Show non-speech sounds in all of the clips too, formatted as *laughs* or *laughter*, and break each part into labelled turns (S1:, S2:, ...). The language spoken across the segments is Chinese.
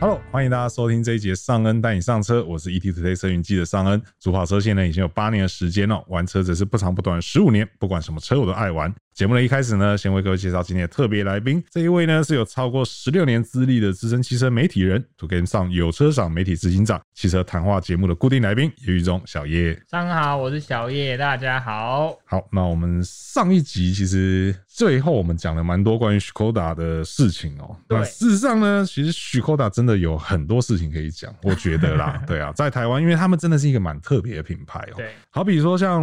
S1: Hello，欢迎大家收听这一节尚恩带你上车，我是 ET Today 车云记的尚恩。主跑车线呢已经有八年的时间哦，玩车则是不长不短十五年，不管什么车我都爱玩。节目的一开始呢，先为各位介绍今天的特别来宾，这一位呢是有超过十六年资历的资深汽车媒体人，To Game 上有车赏媒体执行长，汽车谈话节目的固定来宾，叶玉中小叶。
S2: 上午好，我是小叶，大家好。
S1: 好，那我们上一集其实最后我们讲了蛮多关于 Skoda 的事情哦、
S2: 对
S1: 那事实上呢，其实 Skoda 真的有很多事情可以讲，我觉得
S2: *laughs*
S1: 啦，对啊，在台湾，因为他们真的是一个蛮特别的品牌哦、
S2: 对
S1: 好比说像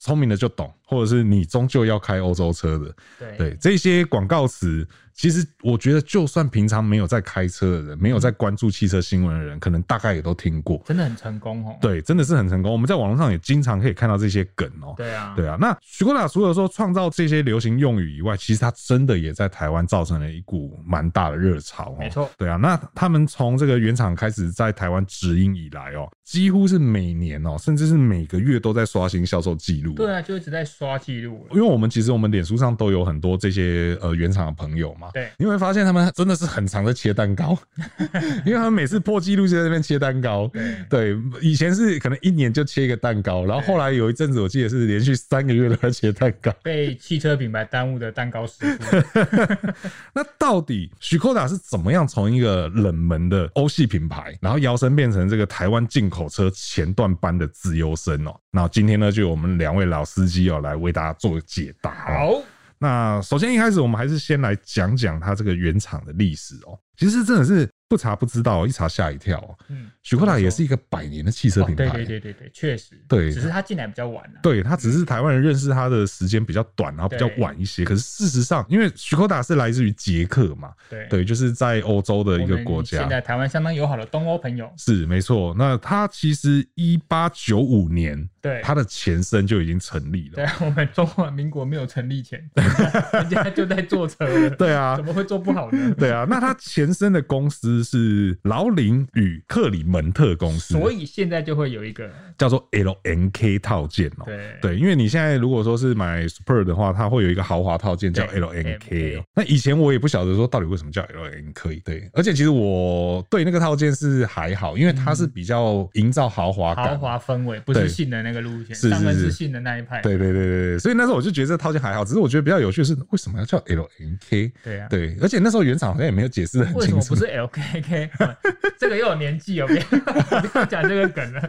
S1: 聪明的就懂，或者是你终究要开欧洲车的，
S2: 对
S1: 对这些广告词，其实我觉得就算平常没有在开车的人，没有在关注汽车新闻的人，可能大概也都听过。
S2: 真的很成功哦。
S1: 对，真的是很成功。我们在网络上也经常可以看到这些梗哦、
S2: 对啊，
S1: 对啊，那徐国达除了说创造这些流行用语以外，其实他真的也在台湾造成了一股蛮大的热潮、哦。
S2: 没错
S1: 对啊，那他们从这个原厂开始在台湾直营以来哦，几乎是每年哦，甚至是每个月都在刷新销售记录。哦
S2: 对啊，就一直在刷记录。
S1: 因为我们其实我们脸书上都有很多这些呃原厂的朋友嘛，
S2: 对
S1: 你会发现他们真的是很常在切蛋糕，因为他们每次破纪录就在那边切蛋糕。对，以前是可能一年就切一个蛋糕，然后后来有一阵子我记得是连续三个月都在切蛋糕。
S2: 被汽车品牌耽误的蛋糕师傅，
S1: *laughs* 那到底许寇达是怎么样从一个冷门的欧系品牌，然后摇身变成这个台湾进口车前段班的自由身哦？那今天呢，就有我们两位老司机哦来为大家做解答、哦。
S2: 好，
S1: 那首先一开始，我们还是先来讲讲它这个原厂的历史哦。其实真的是不查不知道，一查吓一跳、哦。
S2: 嗯，
S1: 许克达也是一个百年的汽车
S2: 哦
S1: 品牌，
S2: 对对对对对，确实，
S1: 对
S2: 只是他进来比较晚啊。
S1: 对，他只是台湾人认识他的时间比较短，然后比较
S2: 对
S1: 晚一些。可是事实上，因为许克达是来自于捷克嘛，
S2: 对
S1: 对，就是在欧洲的
S2: 我
S1: 一
S2: 们
S1: 个国家。
S2: 现在台湾相当友好的东欧朋友，
S1: 是没错，那它其实一八九五年，
S2: 对
S1: 它的前身就已经成立
S2: *laughs* 对
S1: 了。
S2: 我们中华民国没有成立
S1: *laughs*
S2: 前，人家就在做车了，
S1: 对啊
S2: *laughs* 怎，么会做不好呢？
S1: 对啊，那它前身的公司是劳林与克里门特公司，
S2: 所以现在就会有一个
S1: 叫做 LNK 套件哦、
S2: 对
S1: 对，因为你现在如果说是买 Super 的话，它会有一个豪华套件叫
S2: 对
S1: LNK、哦
S2: LNK。
S1: 那以前我也不晓得说到底为什么叫 LNK。对，而且其实我对那个套件是还好，因为它是比较营造豪华感。
S2: 豪华氛围，不
S1: 对
S2: 是性的那个路线，
S1: 是是
S2: 上恩
S1: 是
S2: 是性的那一派，
S1: 对对对对对，所以那时候我就觉得这套件还好，只是我觉得比较有趣的是为什么要叫 LNK？
S2: 对啊。
S1: 对，而且那时候原厂好像也没有解释的很
S2: 为什
S1: 清
S2: 么
S1: 楚
S2: 不，是 LKK？这 *laughs* 个又有年纪哦，别不要讲这个
S1: *laughs*
S2: 梗了。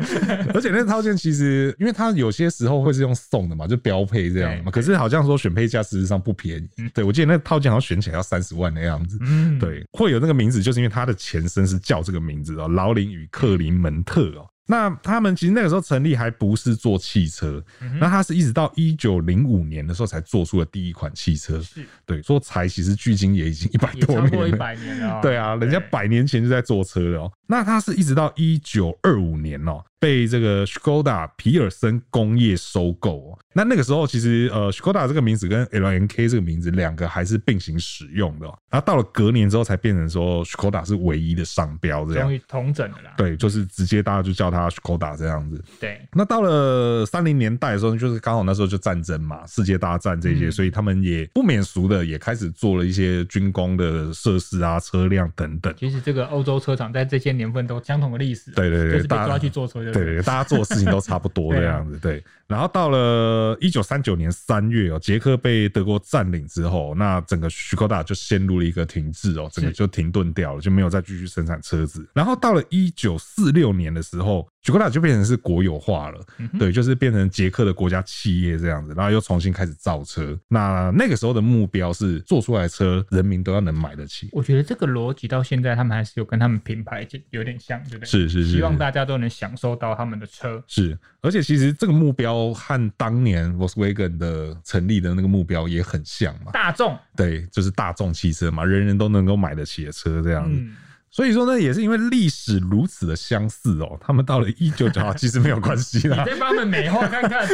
S1: 而且那套件其实，因为它有些时候会是用送的嘛，就标配这样嘛。
S2: 对
S1: 可是好像说选配价事实上不便宜，对我记得那套件好像选起来要三十万的样子。
S2: 嗯，
S1: 对，会有那个名字，就是因为它的前身是叫这个名字哦，劳林与克林门特哦。那他们其实那个时候成立还不是做汽车，
S2: 嗯
S1: 那它是一直到一九零五年的时候才做出了第一款汽车。
S2: 是
S1: *laughs* 对，说才其实距今也已经一百
S2: 也
S1: 多
S2: 超过
S1: 年
S2: 一
S1: 了。
S2: 百年了哦。
S1: 对啊，人家
S2: 对
S1: 百年前就在坐车了哦。那它是一直到一九二五年哦，被这个 Skoda 皮尔森工业收购哦。那那个时候其实呃，Skoda 这个名字跟 LNK 这个名字两个还是并行使用的、哦。然后到了隔年之后才变成说 Skoda 是唯一的商标这
S2: 终
S1: 样。
S2: 于同整了啦。
S1: 对，就是直接大家就叫它 Skoda 这样子。
S2: 对
S1: 那到了三零年代的时候，就是刚好那时候就战争嘛，世界大战这些，
S2: 嗯
S1: 所以他们也不免俗的也开始做了一些军工的设施啊、车辆等等。
S2: 其实这个欧洲车厂在这些年份都相同的历史，啊
S1: 对对对
S2: 就是被
S1: 大
S2: 抓去做车的。
S1: 对对，对，大家做的事情都差不多这
S2: *laughs* 对啊
S1: 样子。对，然后到了一九三九年三月哦，捷克被德国占领之后，那整个徐科达就陷入了一个停滞哦，整个
S2: 是
S1: 就停顿掉了，就没有再继续生产车子。然后到了一九四六年的时候，徐科达就变成是国有化了，
S2: 嗯哼
S1: 对，就是变成捷克的国家企业这样子，然后又重新开始造车。那那个时候的目标是做出来的车，人民都要能买得起。
S2: 我觉得这个逻辑到现在，他们还是有跟他们品牌就有点像，对不对？
S1: 是是是，
S2: 希望
S1: 是
S2: 大家都能享受到他们的车。
S1: 是，而且其实这个目标和当年 Volkswagen 的成立的那个目标也很像嘛，
S2: 大众，
S1: 对，就是大众汽车嘛，人人都能够买得起的车这样子。
S2: 嗯，
S1: 所以说呢，也是因为历史如此的相似哦，他们到了一
S2: *laughs*
S1: 九九二，其实没有关系
S2: 你
S1: 啦，
S2: 再帮他们美化看
S1: *laughs*
S2: 看。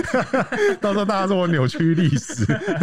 S1: 到时候大家说我扭曲历史， *laughs*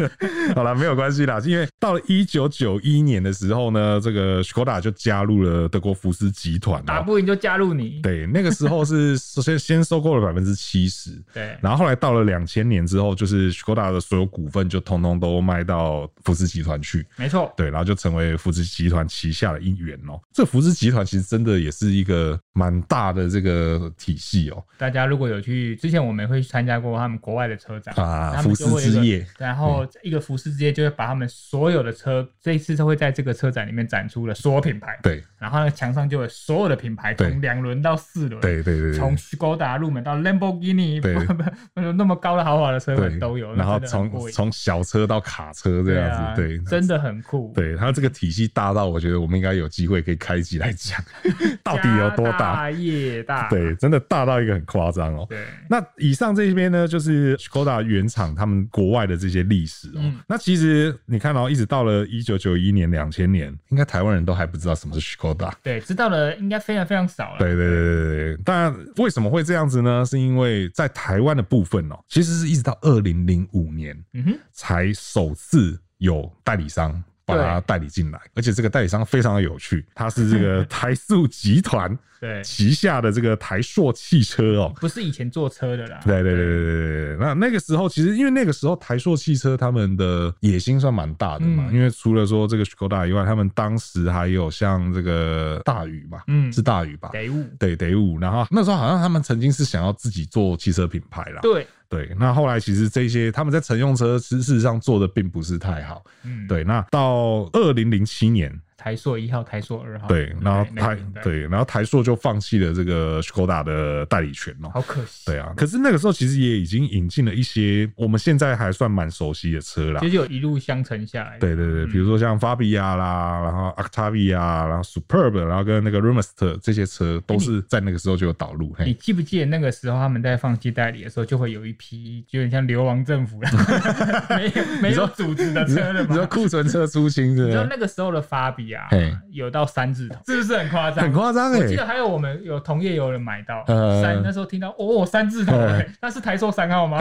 S1: 好啦，没有关系啦，因为到了一九九一年的时候呢，这个 Skoda 就加入了德国福斯集团、
S2: 打
S1: 哦。
S2: 啊不赢就加入你。
S1: 对，那个时候是 *laughs* 先先收购了百分之七十，
S2: 对
S1: 然后后来到了两千年之后，就是 Skoda 的所有股份就通通都卖到福斯集团去，
S2: 没错，
S1: 对，然后就成为福斯集团旗下的一员哦。这福福斯集团其实真的也是一个蛮大的这个体系哦、
S2: 大家如果有去之前，我们会去参加过他们国外的车展
S1: 啊，嗯
S2: 他
S1: 福
S2: 们就
S1: 斯
S2: 会有一
S1: 之
S2: 个
S1: 夜，
S2: 然后一个服饰之夜就会把他们所有的车，这一次都会在这个车展里面展出了所有品牌，
S1: 对
S2: 然后那个墙上就有所有的品牌，
S1: 对
S2: 从两轮到四轮，
S1: 对对对对，
S2: 从 Skoda 入门到 Lamborghini，
S1: 对
S2: 不不不那么高的豪华的车款
S1: 对
S2: 都有，
S1: 然后
S2: 那真的很
S1: 从
S2: 过瘾
S1: 从小车到卡车这
S2: 对
S1: 样
S2: 啊
S1: 子，对，
S2: 真的很酷，
S1: 对它这个体系大到，我觉得我们应该有机会可以开一集来讲， *laughs* 到底有多
S2: 家
S1: 大？
S2: 大业大，
S1: 对，真的大到一个很夸张哦。
S2: 对，
S1: 那以上这边呢，就是 Skoda 原厂他们国外的这些历史哦。
S2: 嗯
S1: 那其实你看哦到、一直到了一九九一年、两千年，应该台湾人都还不知道什么是 Skoda。
S2: 对，知道的应该非常非常少了，
S1: 对对对对对对，当然为什么会这样子呢？是因为在台湾的部分哦，其实是一直到二零零五年
S2: 嗯哼，
S1: 才首次有代理商把它代理进来，而且这个代理商非常的有趣，它是这个 *laughs* 台塑集团
S2: 对，
S1: 旗下的这个台塑汽车哦。
S2: 不是以前坐车的啦，
S1: *laughs* 对对对对对对，那那个时候其实因为那个时候台塑汽车他们的野心算蛮大的嘛，
S2: 嗯
S1: 因为除了说这个 Skoda 以外，他们当时还有像这个大宇嘛，
S2: 嗯
S1: 是大宇吧？
S2: 得物，
S1: 对，得五，然后那时候好像他们曾经是想要自己做汽车品牌啦，
S2: 对，
S1: 对，那后来其实这些他们在乘用车事事实上做的并不是太好，
S2: 嗯，
S1: 对，那到二零零七年，
S2: 台塑一号、台塑二号，
S1: 对，然后
S2: 啊那个
S1: 台
S2: 年代，
S1: 对，然后台塑就放弃了这个 Skoda 的代理权哦、
S2: 好可惜，
S1: 对啊，可是那个时候其实也已经引进了一些我们现在还算蛮熟悉的车啦
S2: 其，实嗯有一路相承下来，
S1: 对对对，比如说像 Fabia 啦，然后 Octavia，然后 Superb，然后跟那个 Remaster 这些车都是在那个时候就有导入，
S2: 你
S1: 嘿，
S2: 记不记得那个时候他们在放弃代理的时候，就会有一批就有点像流亡政府了，啊
S1: *laughs*
S2: 没有没有组织的
S1: 你
S2: 车
S1: 说
S2: 了
S1: 你说
S2: 嘛？
S1: 库存车出清是不
S2: 你知道
S1: 是？
S2: 那个时候的法比啊
S1: 嘿，
S2: 有到三字头，是不是很夸张？
S1: 很夸张哎
S2: 我记，得还有我们有同业有人买到
S1: 呃
S2: 三，那时候听到哦三字头欸，那是台塑三号吗？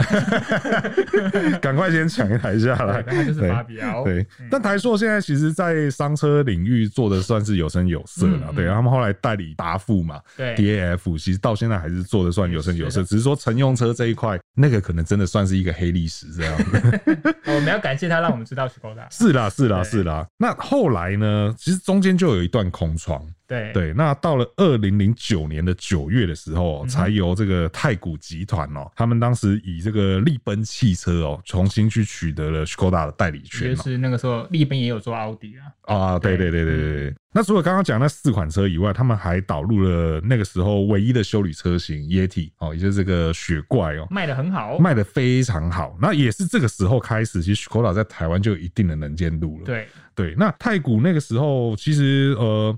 S1: 赶快先抢一台下来
S2: 对，。那就是
S1: 对
S2: 法比啊。哦
S1: 对，但台塑现在其实，在商车领域做的算是有声有色了。
S2: 嗯嗯
S1: 对，他们后来代理达富嘛
S2: 对，
S1: ，DAF，其实到现在还是做的算有声有
S2: 是啊
S1: 色，
S2: 的
S1: 只是说乘用车这一块，那个可能真的算是一个黑历史这样子。 *laughs*
S2: 哦我们要感谢他让我们知道 Skoda。
S1: 是啦，是啦，
S2: 对
S1: 是啦。那后来呢？其实中间就有一段空窗。
S2: 对
S1: 对，那到了二零零九年的九月的时
S2: 嗯
S1: 候哦，才由这个太古集团哦，他们当时以这个利奔汽车哦，重新去取得了 Skoda 的代理权
S2: 就
S1: 哦。
S2: 是那个时候利奔也有做奥迪啊，
S1: 啊，对对
S2: 对
S1: 对对对
S2: 嗯
S1: 对。那除了刚刚讲那四款车以外，他们还导入了那个时候唯一的修理车型 Yeti 哦，也就是这个雪怪哦，
S2: 卖的很好。
S1: 卖的非常好。那也是这个时候开始，其实 Skoda 在台湾就有一定的能见度了。
S2: 对，
S1: 对，那太古那个时候其实呃。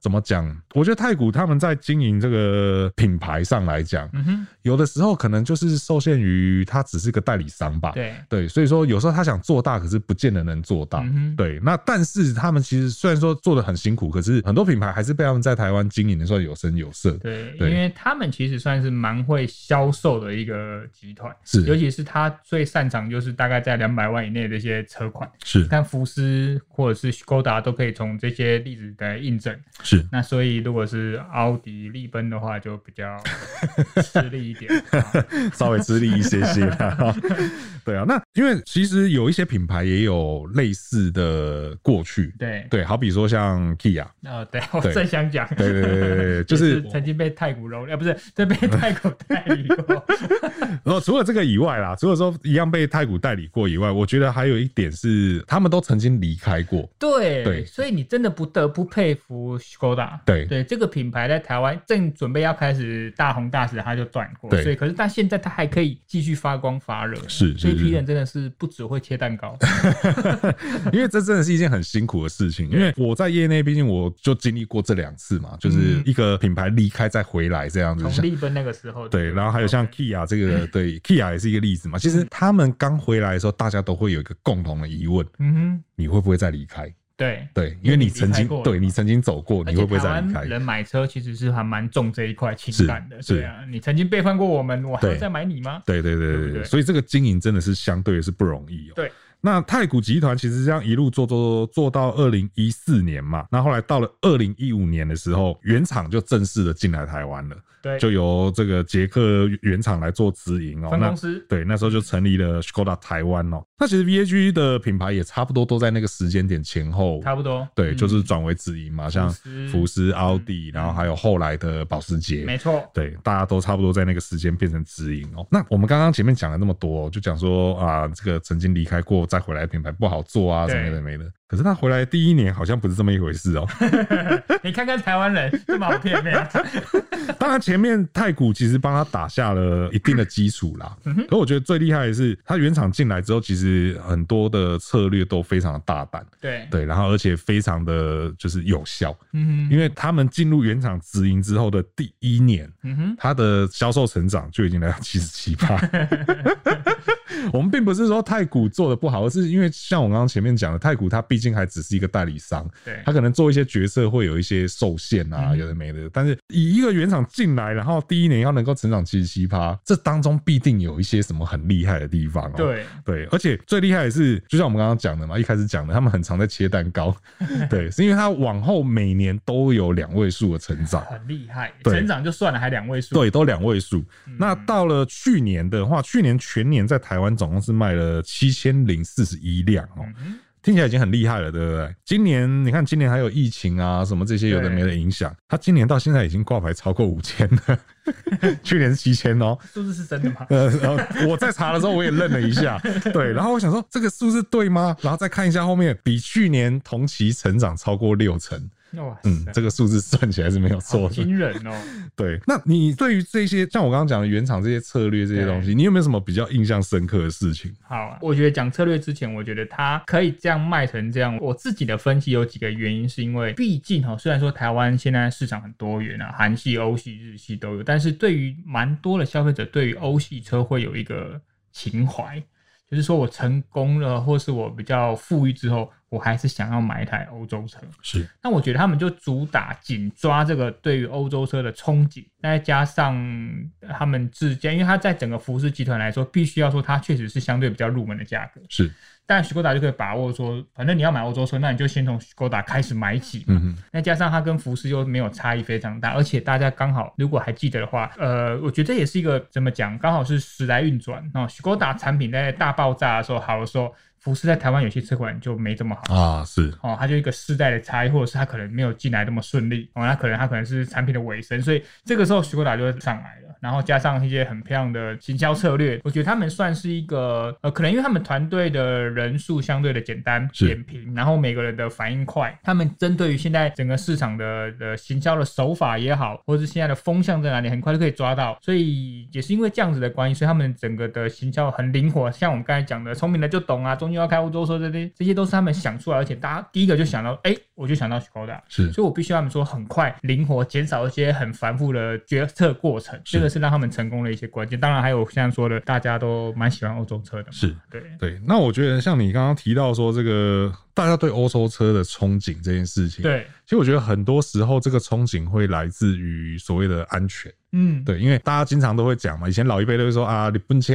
S1: 怎么讲？我觉得太古他们在经营这个品牌上来讲，
S2: 嗯哼，
S1: 有的时候可能就是受限于它只是个代理商吧。
S2: 对，
S1: 对，所以说有时候他想做大，可是不见得能做到。
S2: 嗯哼
S1: 对，那但是他们其实虽然说做的很辛苦，可是很多品牌还是被他们在台湾经营的算有声有色。
S2: 对，因
S1: 对
S2: 为他们其实算是蛮会销售的一个集团，
S1: 是
S2: 尤其是他最擅长就是大概在两百万以内的一些车款，
S1: 是
S2: 但福斯或者是 Skoda 都可以从这些例子来印证。
S1: 是，
S2: 那所以如果是奥迪、利奔的话，就比较 *laughs* 吃力
S1: *laughs*
S2: 一点。啊
S1: 稍微吃力一些些啦。对啊，那因为其实有一些品牌也有类似的过去，
S2: 对，
S1: 对，好比说像 Kia，
S2: 呃，对我
S1: 对
S2: 正想讲，
S1: 对对对对对，就
S2: 就是是曾经被太古蹂躏，呃不是，
S1: *laughs*
S2: 这被太古代理过。
S1: 然哦后除了这个以外啦，除了说一样被太古代理过以外，我觉得还有一点是他们都曾经离开过。
S2: 对，
S1: 对
S2: 所以你真的不得不佩服 Skoda。
S1: 对
S2: 对，这个品牌在台湾正准备要开始大红大紫，它就转过。
S1: 对
S2: 所以可是但现在它还可以继续发光发热。
S1: 是是
S2: 所
S1: 是
S2: 以皮人真的是不只会切蛋糕。
S1: *laughs* 因为这真的是一件很辛苦的事情。因为我在业内，毕竟我就经历过这两次嘛，就是一个品牌离开再回来这样子。
S2: 从
S1: 像
S2: 利奔那个时候，
S1: 对，然后还有像 Kia 这个，对 Kia 也是一个例子嘛。其实他们刚回来的时候，大家都会有一个共同的疑问：
S2: 嗯哼，
S1: 你会不会再离开？
S2: 对。
S1: 对，因为你曾
S2: 你离开
S1: 经
S2: 过了
S1: 对你曾经走过，
S2: 而
S1: 你
S2: 且
S1: 会不会
S2: 台
S1: 再
S2: 湾
S1: 离开？
S2: 人买车其实是还蛮重这一块情感的，
S1: 是
S2: 对啊，你曾经背叛过我们，我还
S1: 对
S2: 会再买你吗？
S1: 对对对
S2: 对
S1: 对
S2: 不
S1: 对，
S2: 对
S1: 所以这个经营真的是相对是不容易哦。
S2: 对。
S1: 那太古集团其实这样一路做做做到二零一四年嘛，那后来到了二零一五年的时候，原厂就正式的进来台湾了。
S2: 对，
S1: 就由这个捷克原厂来做直营哦。
S2: 分
S1: 那
S2: 公司
S1: 对，那时候就成立了 Skoda 台湾哦。那其实 VAG 的品牌也差不多都在那个时间点前后，
S2: 差不多，
S1: 对，
S2: 嗯
S1: 就是转为直营嘛，像
S2: 斯嗯
S1: 福斯、奥迪，然后还有后来的保时捷，
S2: 没错，
S1: 对，大家都差不多在那个时间变成直营哦。那我们刚刚前面讲了那么多、就讲说啊，这个曾经离开过再回来的品牌不好做啊，什
S2: 对
S1: 么的没的。可是他回来第一年好像不是这么一回事哦。
S2: 你看看台湾人这么好
S1: *laughs*
S2: 骗没有？
S1: 当然，前面太古其实帮他打下了一定的基础啦。可我觉得最厉害的是，他原厂进来之后，其实很多的策略都非常的大胆，
S2: 对，
S1: 对，然后而且非常的就是有效，
S2: 嗯哼，
S1: 因为他们进入原厂直营之后的第一年，
S2: 嗯哼，
S1: 它的销售成长就已经来到七十七趴。我们并不是说太古做的不好，而是因为像我刚刚前面讲的，太古它毕竟还只是一个代理商，
S2: 对
S1: 它，可能做一些决策会有一些受限啊，
S2: 嗯
S1: 有的没的。但是以一个原厂进来，然后第一年要能够成长七十七趴，这当中必定有一些什么很厉害的地方哦、
S2: 对，
S1: 对，而且最厉害的是，就像我们刚刚讲的嘛，一开始讲的，他们很常在切蛋
S2: *laughs*
S1: 糕，对，是因为它往后每年都有两位数的成长。
S2: 很厉害，
S1: 对
S2: 成长就算了，还两位数，
S1: 对，都两位数。
S2: 嗯
S1: 那到了去年的话，去年全年在台湾总共是卖了七千零四十一辆哦，
S2: 嗯哼，
S1: 听起来已经很厉害了，对不对？今年你看，今年还有疫情啊，什么这些有的没的影响，它今年到现在已经挂牌超过五千了， *laughs* 去年是七千哦。
S2: 数字是
S1: *laughs*
S2: 真的吗？
S1: 呃，然后我在查的时候我也愣了一
S2: *laughs*
S1: 下，对，然后我想说这个数字对吗？然后再看一下后面，比去年同期成长超过六成，
S2: 哇
S1: 嗯，
S2: 塞，
S1: 这个数字算起来是没有错
S2: 好
S1: 的，
S2: 惊人哦！
S1: 对，那你对于这些像我刚刚讲的原厂这些策略这些东西，你有没有什么比较印象深刻的事情？
S2: 好，啊我觉得讲策略之前，我觉得它可以这样卖成这样，我自己的分析有几个原因，是因为毕竟哈，虽然说台湾现在市场很多元啊，韩系、欧系、日系都有，但是对于蛮多的消费者，对于欧系车会有一个情怀，就是说我成功了，或是我比较富裕之后，我还是想要买一台欧洲车。
S1: 是
S2: 那我觉得他们就主打紧抓这个对于欧洲车的憧憬，那再加上呃他们自家，因为它在整个福斯集团来说，必须要说它确实是相对比较入门的价格。
S1: 是，
S2: 但斯柯达就可以把握说，反正你要买欧洲车，那你就先从斯柯达开始买起。
S1: 嗯哼，
S2: 那加上它跟福斯又没有差异非常大，而且大家刚好如果还记得的话，呃，我觉得这也是一个怎么讲，刚好是时来运转。那斯柯达产品在大爆炸的时候好的时候，福斯在台湾有些车款就没这么好。
S1: 啊，是
S2: 哦，它就一个世代的差异，或者是它可能没有进来那么顺利，哦，那可能它可能是产品的尾声，所以这个时候徐国达就会上来了，然后加上一些很漂亮的行销策略，我觉得他们算是一个呃，可能因为他们团队的人数相对的简单、
S1: 是
S2: 扁平，然后每个人的反应快，他们针对于现在整个市场的呃行销的手法也好，或者是现在的风向在哪里，很快就可以抓到，所以也是因为这样子的关系，所以他们整个的行销很灵活，像我们刚才讲的，聪明的就懂啊，终究要开欧洲车这些，这些都是他们想出来，而且大家第一个就想到，哎、我就想到 Skoda，
S1: 是
S2: 所以我必须要他们说很快、灵活，减少一些很繁复的决策过程，
S1: 是
S2: 这个是让他们成功的一些关键。当然还有像说的，大家都蛮喜欢欧洲车的嘛，
S1: 是，
S2: 对，
S1: 对。那我觉得像你刚刚提到说这个大家对欧洲车的憧憬这件事情，，
S2: 对，
S1: 其实我觉得很多时候这个憧憬会来自于所谓的安全。
S2: 嗯，
S1: 对，因为大家经常都会讲嘛，以前老一辈都会说啊，日本车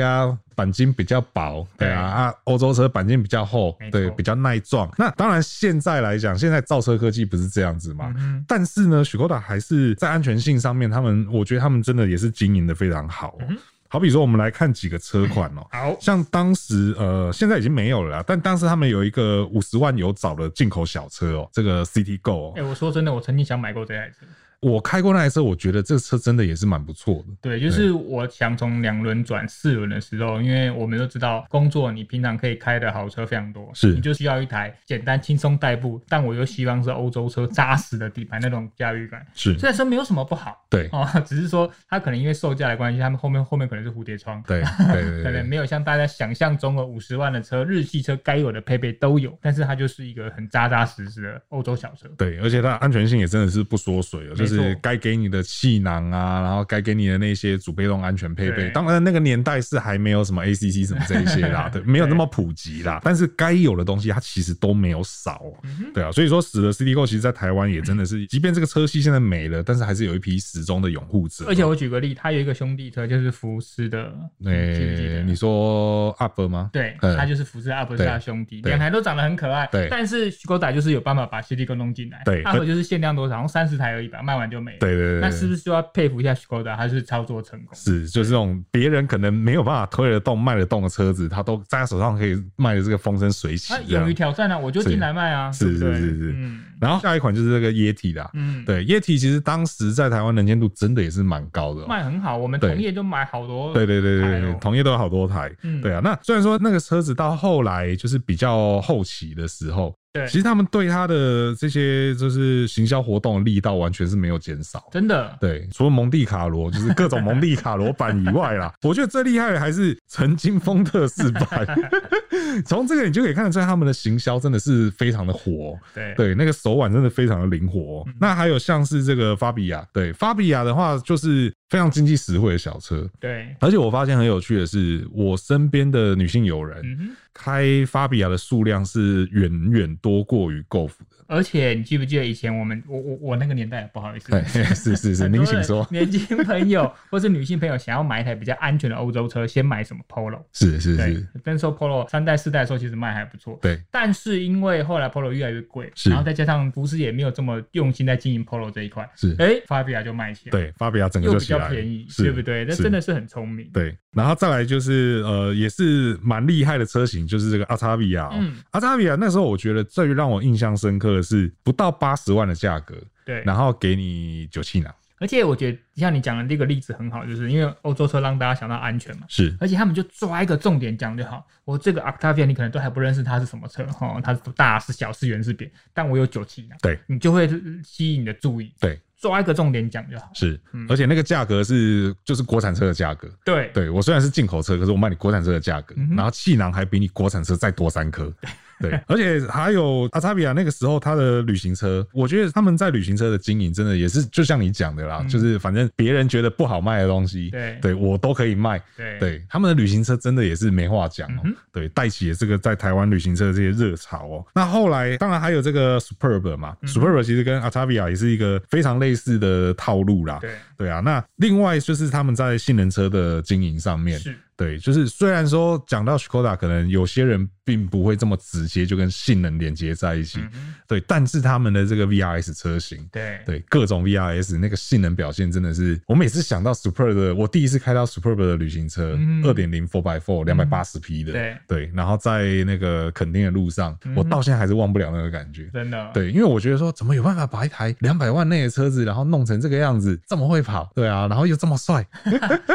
S1: 钣金比较薄，对啊，
S2: 对
S1: 啊，欧洲车钣金比较厚
S2: 没，错
S1: 对，比较耐撞。那当然，现在来讲，现在造车科技不是这样子嘛。
S2: 嗯哼，
S1: 但是呢，雪 d 达还是在安全性上面，他们我觉得他们真的也是经营的非常好、哦。好比说，我们来看几个车款哦、
S2: 好，
S1: 像当时呃，现在已经没有了啦，但当时他们有一个五十万有找的进口小车哦、这个 City Go，、哦
S2: 哎、我说真的，我曾经想买过这台车。
S1: 我开过那台车，我觉得这车真的也是蛮不错的。
S2: 对，就是我想从两轮转四轮的时候，因为我们都知道工作，你平常可以开的豪车非常多，
S1: 是
S2: 你就需要一台简单轻松代步，但我又希望是欧洲车扎实的底盘那种驾驭感。
S1: 是
S2: 这台车没有什么不好
S1: 对
S2: 哦，只是说它可能因为售价的关系，他们后面后面可能是蝴蝶窗，
S1: 对对对
S2: 可
S1: 对
S2: 能没有像大家想象中的五十万的车，日系车该有的配备都有，但是它就是一个很扎扎实实的欧洲小车。
S1: 对，而且它的安全性也真的是不缩水哦，就
S2: 没错
S1: 是该给你的气囊啊，然后该给你的那些主被动安全配备。
S2: 对
S1: 当然，那个年代是还没有什么 ACC 什么这一些
S2: *laughs*
S1: 啦，对，没有那么普及啦。但是该有的东西它其实都没有少、哦，
S2: 嗯
S1: 对啊。所以说，使得 CD Go 其实在台湾也真的
S2: *clears throat*
S1: 是，即便这个车系现在没了，但是还是有一批始终的拥护者。哎
S2: 而且我举个例，它有一个兄弟车，就是福斯的，嗯记不记
S1: 诶、
S2: 得
S1: 哎你说 UP 吗？
S2: 对，
S1: 嗯
S2: 他就是福斯阿伯斯
S1: 对
S2: 他兄弟，
S1: 对
S2: 两台都长得很可爱。
S1: 对
S2: 但是徐狗仔就是有办法把 CD 哥弄进来。
S1: 对
S2: 阿伯就是限量多少，好像三十台而已吧，卖完完就没了。
S1: 对对对，
S2: 那是不
S1: 是
S2: 是就要佩服一下 Skoda，它是操作成功？
S1: 是就是这种别人可能没有办法推得动、卖得动的车子，他都在他手上可以卖的这个风生水起
S2: 啊，
S1: 这样
S2: 勇于。挑战啊，我就进来卖啊，
S1: 是
S2: 对不对
S1: 是是是
S2: 嗯
S1: 然后下一款就是这个液体啦，
S2: 嗯，，
S1: 对，液体其实当时在台湾能见度真的也是蛮高的哦、
S2: 卖很好，我们
S1: 对
S2: 同业就买好多，
S1: 对对对对
S2: 哎
S1: 对
S2: 呦，
S1: 同业都有好多台。
S2: 嗯
S1: 对啊，那虽然说那个车子到后来就是比较后期的时候，
S2: 对
S1: 其实他们对它的这些就是行销活动的力道完全是没有减少。
S2: 真的，
S1: 对，除了蒙地卡罗，就是各种蒙地卡罗版以外啦，我觉得最厉害的还是曾经风特式版。 *laughs* 从这个你就可以看得出来，他们的行销真的是非常的火。哦
S2: 对
S1: 对，那个手腕真的非常的灵活哦、
S2: 嗯
S1: 那还有像是这个法比亚，对，法比亚的话就是非常经济实惠的小车。
S2: 对，
S1: 而且我发现很有趣的是，我身边的女性友人、
S2: 嗯哼。
S1: 开法比亚的数量是远远多过于 Golf 的。
S2: 而且你记不记得以前我们我我我那个年代不好意思，
S1: 对， *laughs* 是是是，
S2: 很多
S1: 您请
S2: 人。
S1: 说
S2: 年轻朋友
S1: *laughs*
S2: 或是女性朋友想要买一台比较安全的欧洲车，先买什么 Polo？
S1: 是是
S2: 对
S1: 是，，
S2: 那时候 Polo 三代四代的时候其实卖还不错，
S1: 对
S2: 但是因为后来 Polo 越来越贵，
S1: 是
S2: 然后再加上福斯也没有这么用心在经营 Polo 这一块，
S1: 是，
S2: 哎，法比亚就卖起来，，
S1: 对，法比亚整个
S2: 又
S1: 就
S2: 比
S1: 起
S2: 较
S1: 来了，
S2: 便宜，
S1: 是
S2: 对不对？那
S1: 是
S2: 真的是很聪明，
S1: 对，然后再来就是呃，也是蛮厉害的车型，就是这个阿扎比亚、哦。
S2: 嗯
S1: 阿扎比亚那时候我觉得最让我印象深刻的是，不到八十万的价格，
S2: 对。
S1: 然后给你九气囊，
S2: 而且我觉得像你讲的这个例子很好，就是因为欧洲车让大家想到安全嘛。
S1: 是
S2: 而且他们就抓一个重点讲就好。我这个 Octavia 你可能都还不认识它是什么车哈，它是大是小是圆是扁，但我有九气囊，
S1: 对，
S2: 你就会吸引你的注意。
S1: 对，
S2: 抓一个重点讲就好。
S1: 是
S2: 嗯，
S1: 而且那个价格是就是国产车的价格。
S2: 对，
S1: 对我虽然是进口车，可是我卖你国产车的价格，
S2: 嗯哼
S1: 然后气囊还比你国产车再多三颗。对，而且还有阿扎比亚那个时候它的旅行车，我觉得他们在旅行车的经营真的也是就像你讲的啦，
S2: 嗯
S1: 就是反正别人觉得不好卖的东西，
S2: 对
S1: 我都可以卖。
S2: 对
S1: 对，他们的旅行车真的也是没话讲哦、
S2: 嗯哼
S1: 对，带起了这个在台湾旅行车的这些热潮哦、那后来当然还有这个 Superb 嘛、
S2: 嗯
S1: s u p e r b 其实跟 Octavia 也是一个非常类似的套路啦。
S2: 对
S1: 对啊，那另外就是他们在性能车的经营上面，
S2: 是，
S1: 对，就是虽然说讲到 Skoda，可能有些人并不会这么直接就跟性能连接在一起，
S2: 嗯哼
S1: 对，但是他们的这个 VRS 车型。
S2: 对
S1: 对各种 VRS 那个性能表现真的是，我每次想到 Superb 的，我第一次开到 Superb 的旅行车，
S2: 嗯
S1: 二点零 Four by Four 两百八十匹的，
S2: 对
S1: 对，然后在那个垦丁的路上，
S2: 嗯哼
S1: 我到现在还是忘不了那个感觉。
S2: 真的，
S1: 对，因为我觉得说，怎么有办法把一台两百万内的车子，然后弄成这个样子，这么会跑，对啊，然后又这么帅，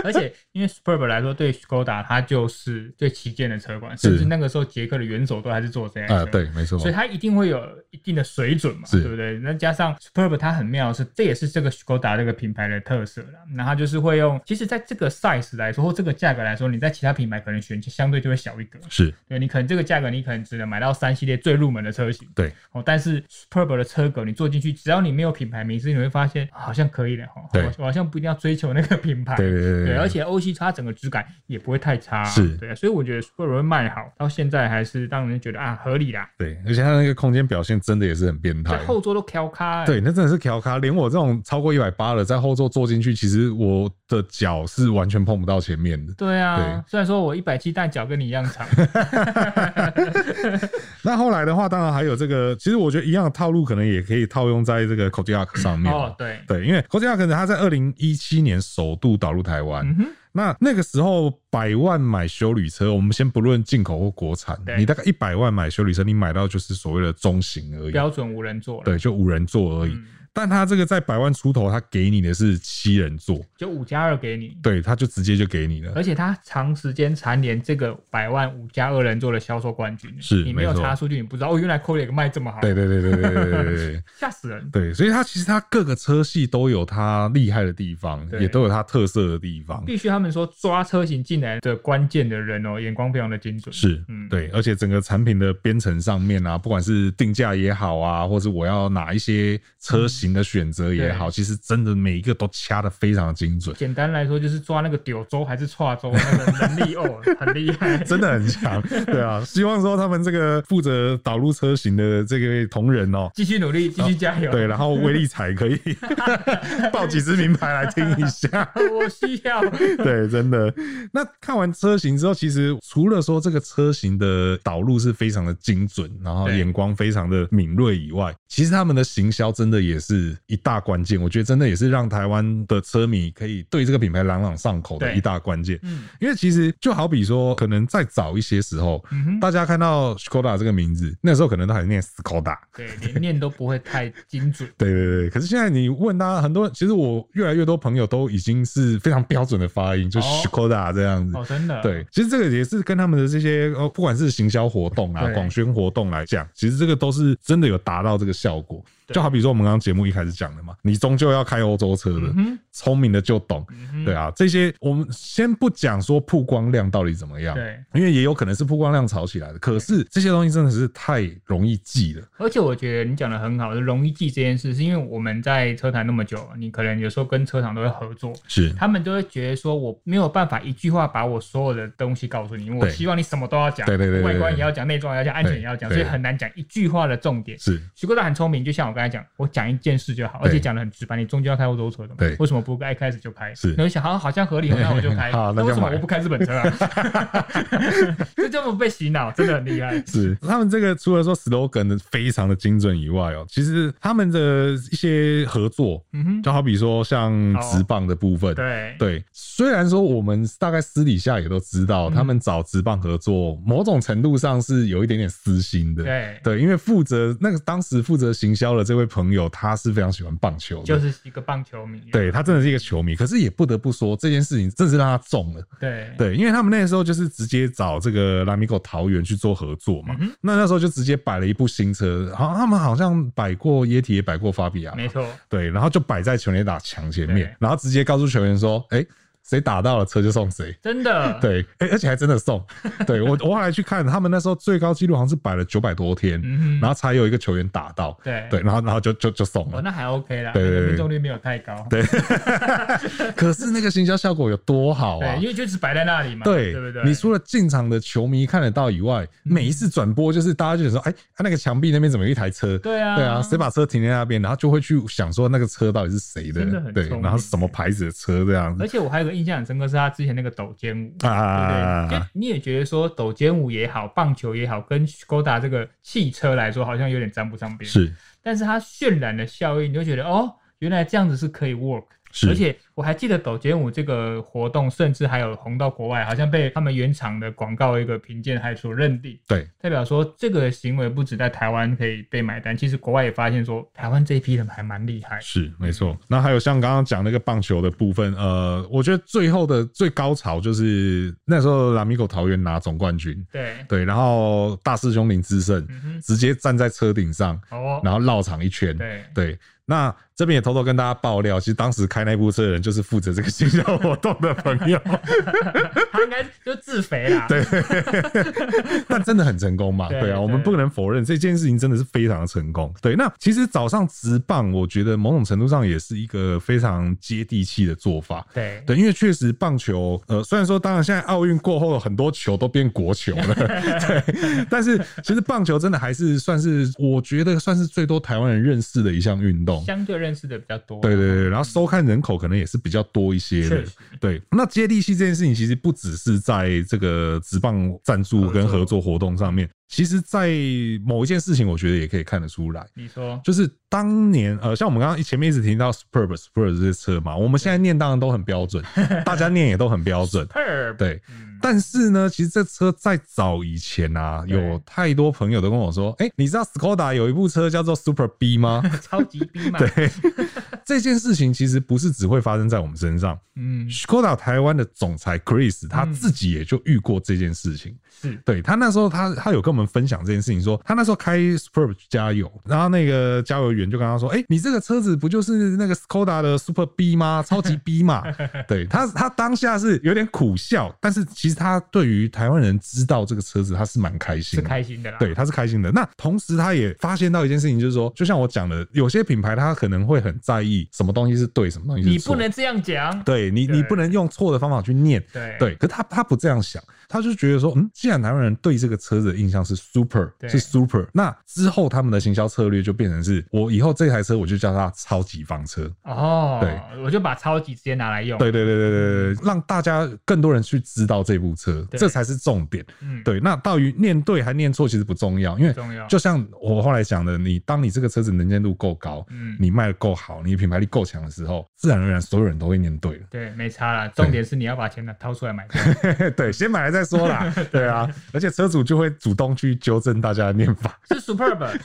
S2: 而且因为 Superb 来说，对 Skoda 它就是最旗舰的车款，甚
S1: 是
S2: 至那个时候捷克的元首都还是做这样
S1: 啊、
S2: 的车。
S1: 对，没错，
S2: 所以它一定会有一定的水准嘛，
S1: 是
S2: 对不对？那加上 Superb 它很妙的是，这也是这个 Skoda 这个品牌的特色啦。那它就是会用，其实在这个 size 来说或这个价格来说，你在其他品牌可能选相对就会小一格。
S1: 是
S2: 对你可能这个价格，你可能只能买到三系列最入门的车型。
S1: 对
S2: 哦，但是 Superb 的车格你坐进去，只要你没有品牌名字，你会发现啊好像可以了哈。
S1: 对
S2: 我我好像不一定要追求那个品牌。
S1: 对对对
S2: 对，而且欧系它整个质感也不会太差，
S1: 是
S2: 对啊，所以我觉得 Superb 会卖好，到现在还是让人觉得啊合理啦，
S1: 对，而且它那个空间表现真的也是很变态
S2: 在。后座都挑开、欸，
S1: 对，那真的是调咖，连我这种超过一百八了，在后座坐进去，其实我的脚是完全碰不到前面的。
S2: 对啊，
S1: 对
S2: 虽然说我一百七，但脚跟你一样长。
S1: *laughs* 那后来的话，当然还有这个，其实我觉得一样的套路，可能也可以套用在这个 Kodiak 上面。
S2: 哦，对，
S1: 对，因为 Kodiak 它在二零一七年首度导入台湾，
S2: 嗯哼，
S1: 那那个时候百万买修理车，我们先不论进口或国产
S2: 对，
S1: 你大概一百万买修理车，你买到就是所谓的中型而已，
S2: 标准无人座了，
S1: 对，就五人座而已。
S2: 嗯，
S1: 但它这个在百万出头，它给你的是七人座，
S2: 就五加二给你。
S1: 对，它就直接就给你了。
S2: 而且它长时间蝉联这个百万五加二人座的销售冠军，
S1: 是
S2: 你没有
S1: 没错
S2: 查数据，你不知道哦，原来 c o d i a 卖这么好，
S1: 对对对对对对对对对
S2: 吓死人。
S1: 对，所以它其实它各个车系都有它厉害的地方，
S2: 对
S1: 也都有它特色的地方。
S2: 必须他们说抓车型进来的关键的人哦，眼光非常的精准，
S1: 是
S2: 嗯，
S1: 对，而且整个产品的编程上面啊，不管是定价也好啊，或是我要哪一些车型的选择也好，其实真的每一个都掐的非常的精准， *laughs*
S2: 简单来说就是抓那个柳州还是跨州那个能力哦，很厉害，
S1: *laughs* 真的很
S2: *laughs*
S1: 强。对啊，希望说他们这个负责导入车型的这位同仁哦，
S2: 继续努力，继续加油。
S1: 对，然后威力彩可以 *laughs* 报几支名牌来听一下。
S2: 哦我需要。
S1: *laughs* 对，真的。那看完车型之后，其实除了说这个车型的导入是非常的精准，然后
S2: 对
S1: 眼光非常的敏锐以外，其实他们的行销真的也是是一大关键。我觉得真的也是让台湾的车迷可以对这个品牌朗朗上口的
S2: 对
S1: 一大关键。
S2: 嗯
S1: 因为其实就好比说，可能再早一些时候，
S2: 嗯哼，
S1: 大家看到 Skoda 这个名字，那时候可能都还念 Skoda。。
S2: 对，连念都不会太精准
S1: *laughs* 对对对，可是现在你问大家，很多人其实我越来越多朋友都已经是非常标准的发音，就
S2: 哦
S1: Skoda 这样子。
S2: 哦，真的，
S1: 嗯 *laughs* 对，其实这个也是跟他们的这些呃，不管是行销活动啊、
S2: 对
S1: 广宣活动来讲，其实这个都是真的有达到这个效果。
S2: 对
S1: 就好比说我们刚刚节目一开始讲的嘛，你终究要开欧洲车的
S2: 嗯，哼，
S1: 聪、明的就懂。
S2: 嗯哼，
S1: 对啊，这些我们先不讲说曝光量到底怎么样，
S2: 对。
S1: 因为也有可能是曝光量炒起来的。可是这些东西真的是太容易记了，
S2: 而且我觉得你讲的很好，就容易记这件事，是因为我们在车坛那么久，你可能有时候跟车厂都会合作，
S1: 是
S2: 他们都会觉得说我没有办法一句话把我所有的东西告诉你，我
S1: 对
S2: 希望你什么都要讲，
S1: 对对对对
S2: 外观
S1: 对
S2: 也要讲，内装也要讲，安全也要讲，
S1: 对
S2: 所以很难讲一句话的重点。
S1: 是，
S2: 徐哥大很聪明，就像我刚才讲，我讲一件事就好，
S1: 对
S2: 而且讲的很直白。你终究要开欧洲车的嘛，
S1: 对
S2: 为什么不该开始就开？
S1: 是
S2: 那我想好像好像合理哦，那我就
S1: *laughs*
S2: 开。
S1: 好那
S2: 那为
S1: 就
S2: 什么
S1: 买
S2: 我不开日本
S1: *laughs*
S2: 车啊？就这么被洗脑，真的很厉害。
S1: 是他们这个除了说 slogan 的非常的精准以外哦，其实他们的一些合作，
S2: 嗯哼，
S1: 就好比说像直棒的部分，
S2: 哦对
S1: 对，虽然说我们大概私底下也都知道，
S2: 嗯
S1: 他们找直棒合作，某种程度上是有一点点私心的。
S2: 对，
S1: 对，因为负责那个当时负责行销的这位朋友，他是非常喜欢棒球的，
S2: 就是一个棒球迷。啊
S1: 对他真的是一个球迷。可是也不得不说，这件事情真是让他中了。
S2: 对
S1: 对，因为他们那时候就是直接找这个拉米狗桃园去做合作嘛，
S2: 嗯哼
S1: 那那时候就直接摆了一部新车，好，他们好像摆过耶体，也摆过法比亚吧，
S2: 没错，
S1: 对，然后就摆在全垒打墙前面
S2: 对，
S1: 然后直接告诉球员说，哎、谁打到了车就送谁。
S2: 真的。，
S1: 对，哎、而且还真的
S2: *laughs*
S1: 送。对我，我后来去看，他们那时候最高纪录好像是摆了九百多天，
S2: 嗯
S1: 然
S2: 哼，
S1: 后才有一个球员打到。
S2: 对
S1: 对，然后然后就就就送
S2: 哦，
S1: 了。
S2: 那还 OK 啦，
S1: 对对对
S2: 命中率没有太高。对
S1: 可是那个行销效果有多好啊
S2: 因！为就是摆在那里嘛。
S1: 对，
S2: 对不对？嗯
S1: 你除了进场的球迷看得到以外，每一次转播就是大家就想说，哎、啊那个墙壁那边怎么有一台车？
S2: 对啊，
S1: 对啊，谁把车停在那边，然后就会去想说那个车到底是谁的
S2: 真的，很
S1: 对，
S2: 聪
S1: 然后
S2: 明
S1: 是什么牌子的车这样子
S2: 而且我还有个印象很深刻，是他之前那个抖肩舞，对
S1: 啊
S2: 不对？就你也觉得说抖肩舞也好，棒球也好，跟 Skoda 这个汽车来说，好像有点沾不上边。，
S1: 是
S2: 但是它渲染的效应，你就觉得哦，原来这样子是可以 work。
S1: 是，
S2: 而且我还记得抖肩舞这个活动，甚至还有红到国外，好像被他们原厂的广告一个评鉴还所认定，
S1: 对
S2: 代表说这个行为不止在台湾可以被买单，其实国外也发现说台湾这一批人还蛮厉害。
S1: 是没错。那还有像刚刚讲那个棒球的部分，呃，我觉得最后的最高潮就是那时候拉米狗桃园拿总冠军，
S2: 对，
S1: 对，然后大师兄林之胜
S2: 嗯哼，
S1: 直接站在车顶上，
S2: 哦，
S1: 然后绕场一圈，
S2: 对。
S1: 对。那这边也偷偷跟大家爆料，其实当时开那部车的人就是负责这个行销活动的朋友，
S2: 他应该就自肥
S1: *laughs*
S2: 啦。对，
S1: 但真的很成功嘛？
S2: 对
S1: 对啊，
S2: 对
S1: 我们不能否认这件事情真的是非常的成功。对，那其实早上直棒，我觉得某种程度上也是一个非常接地气的做法。
S2: 对，
S1: 对，因为确实棒球，呃，虽然说当然现在奥运过后很多球都变国球
S2: *laughs*
S1: 了，对，但是其实棒球真的还是算是我觉得算是最多台湾人认识的一项运动。
S2: 相对认识的比较多。
S1: 对对对，然后收看人口可能也是比较多一些的
S2: 嗯确实。
S1: 对，那接地气这件事情，其实不只是在这个职棒赞助跟合作活动上面，其实在某一件事情，我觉得也可以看得出来。
S2: 你说
S1: 就是当年，呃，像我们刚刚前面一直提到 Superb Superb 这些车嘛，我们现在念当然都很标 *laughs* 准，大家念也都很标准，
S2: Perb，
S1: 对。
S2: 嗯
S1: 但是呢，其实这车在早以前啊，
S2: 对
S1: 有太多朋友都跟我说，哎、你知道 Skoda 有一部车叫做 Super B *laughs* 吗？
S2: 超级逼嘛。
S1: 对，这件事情其实不是只会发生在我们身上。
S2: 嗯，
S1: Skoda 台湾的总裁 Chris 他
S2: 嗯
S1: 自己也就遇过这件事情。
S2: 是
S1: 对他那时候他他有跟我们分享这件事情说他那时候开 Superb 去加油，然后那个加油员就跟他说：“哎、你这个车子不就是那个 Skoda 的 Super B
S2: *laughs*
S1: 吗？超级 B 嘛？”对他他当下是有点苦笑，但是其实他对于台湾人知道这个车子他是蛮开心的，
S2: 是开心的啦。
S1: 对，他是开心的。那同时，他也发现到一件事情，就是说，就像我讲的，有些品牌他可能会很在意什么东西是对，什么东西
S2: 你
S1: 是错。
S2: 不能这样讲。
S1: 对你，你
S2: 对
S1: 不能用错的方法去念。
S2: 对
S1: 对，可是他他不这样想，他就觉得说，嗯，既然台湾人对这个车子的印象是 super
S2: 对
S1: 是 super，那之后他们的行销策略就变成是我以后这台车我就叫它超级房车。
S2: 哦，
S1: 对，
S2: 我就把超级直接拿来用，
S1: 对，对对对对对，让大家更多人去知道这部车，
S2: 对
S1: 这才是重点。
S2: 嗯，，
S1: 对，那到于念对还念错其实不重要，因为
S2: 重要，
S1: 就像我后来讲的，你当你这个车子能见度够高，
S2: 嗯，
S1: 你卖的够好，你品牌力够强的时候，自然而然所有人都会念对了。
S2: 对，没差啦。重点是你要把钱拿掏出
S1: *laughs*
S2: 来买票，
S1: 对，先买了再说
S2: *laughs*
S1: 啦。对啊，而且车主就会主动去纠正大家的念法，
S2: 是 Superb，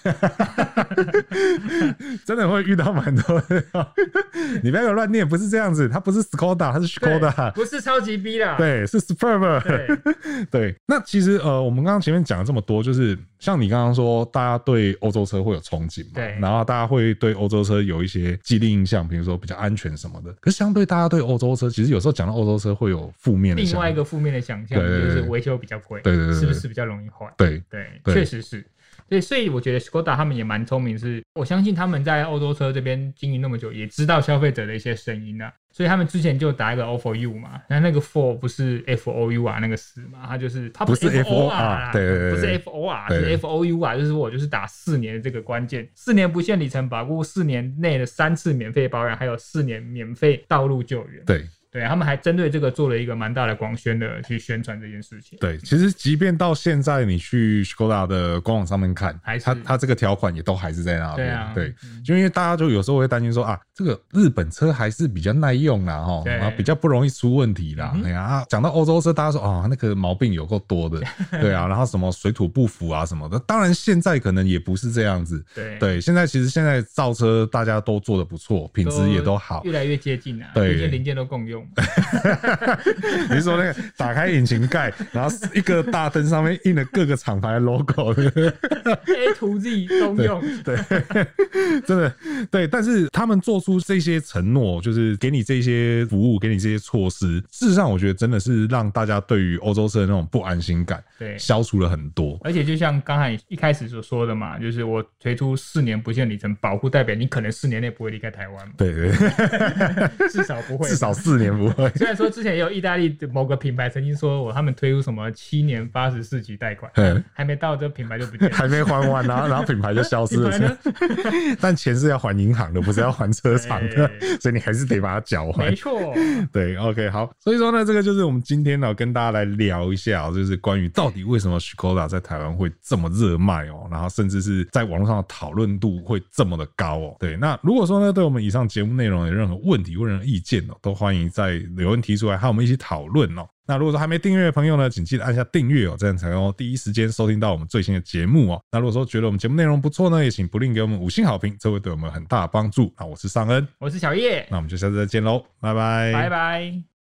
S1: 真的会遇到蛮多的。 *laughs* 你不要给我乱念，不是这样子，它不是 Skoda，它是
S2: 对
S1: Skoda。
S2: 不是超级 B 啦，
S1: 对，是 Superb。
S2: 对，
S1: *laughs* 对，那其实呃，我们刚刚前面讲了这么多，就是像你刚刚说，大家对欧洲车会有憧憬嘛，
S2: 对
S1: 然后大家会对欧洲车有一些既定印象，比如说比较安全什么的。可是相对大家对欧洲车，其实有时候讲到欧洲车会有负面的想
S2: 另
S1: 法，
S2: 外一个负面的想象
S1: 对对
S2: 就
S1: 对
S2: 是维修比较贵，
S1: 对对对对
S2: 是不是比较容易坏？
S1: 对
S2: 对，
S1: 对
S2: 确实是。对，所以我觉得 Skoda 他们也蛮聪明是，我相信他们在欧洲车这边经营那么久，也知道消费者的一些声音啊，所以他们之前就打一个 O for U 嘛，那那个 for 不是 F O U 啊，那个四嘛，它就是它
S1: 不是
S2: F O
S1: FOR 啊对对对
S2: 不是
S1: 对
S2: F O R，
S1: 对
S2: 是
S1: 对
S2: F O U 啊，就是我就是打四年的这个关键，四年不限里程保护，四年内的三次免费保养，还有四年免费道路救援。
S1: 对
S2: 对，他们还针对这个做了一个蛮大的广宣的去宣传这件事情。
S1: 对，其实即便到现在，你去 Skoda 的官网上面看
S2: 还，是
S1: 它它这个条款也都还是在那边。
S2: 对啊
S1: 对
S2: 嗯
S1: 就因为大家就有时候会担心说啊，这个日本车还是比较耐用啦，哈，
S2: 对
S1: 啊比较不容易出问题啦
S2: 嗯。哼
S1: 哎呀、啊，讲到欧洲车，大家说啊，那个毛病有够多
S2: *laughs*
S1: 的，对啊，然后什么水土不服啊什么的，当然现在可能也不是这样子。
S2: 对
S1: 对，现在其实现在造车大家都做的不错，品质也都好。
S2: 越来越接近啊，
S1: 对
S2: 这些零件都共
S1: *laughs*
S2: 用嘛。
S1: 你是说那个打开引擎盖，然后一个大灯上面印了各个厂牌的
S2: *laughs*
S1: logo，对不对
S2: A to Z 都用，
S1: 对，真的对，但是他们做出这些承诺，就是给你这些服务，给你这些措施，事实上我觉得真的是让大家对于欧洲车的那种不安心感
S2: 对。
S1: 消除了很多。
S2: 而且就像刚才一开始所说的嘛，就是我推出四年不限里程保护，代表你可能四年内不会离开
S1: *laughs*
S2: 台湾嘛，
S1: 对对对，
S2: 至少不会。
S1: *laughs* 至少四年不
S2: *laughs*
S1: 会。
S2: 虽然说之前也有意大利的某个品牌曾经说我他们推出什么七年八十四级贷款，
S1: *laughs* 嗯
S2: 还没到这品牌就不见了。
S1: 还没还完，啊然后然后品牌就消失
S2: *laughs* 品牌呢
S1: 了。 *laughs* 但钱是要还银行的，不是要还车厂的
S2: 对，
S1: 所以你还是得把它缴完
S2: 没。错，
S1: 对，OK，好，所以说呢，这个就是我们今天呢、跟大家来聊一下、哦，就是关于到底为什么 Skoda 在台湾会这么热卖哦，然后甚至是在网络上的讨论度会这么的高哦。对，那如果说呢，对我们以上节目内容有任何问题或任何意见哦，都欢迎在留言提出来，和我们一起讨论哦。那如果说还没订阅的朋友呢，请记得按下订阅哦，这样才能够第一时间收听到我们最新的节目哦。那如果说觉得我们节目内容不错呢，也请不吝给我们五星好评，这会对我们很大的帮助。那我是尚恩， *laughs*
S2: 我是小叶，
S1: 那我们就下次再见喽，拜拜，
S2: 拜拜。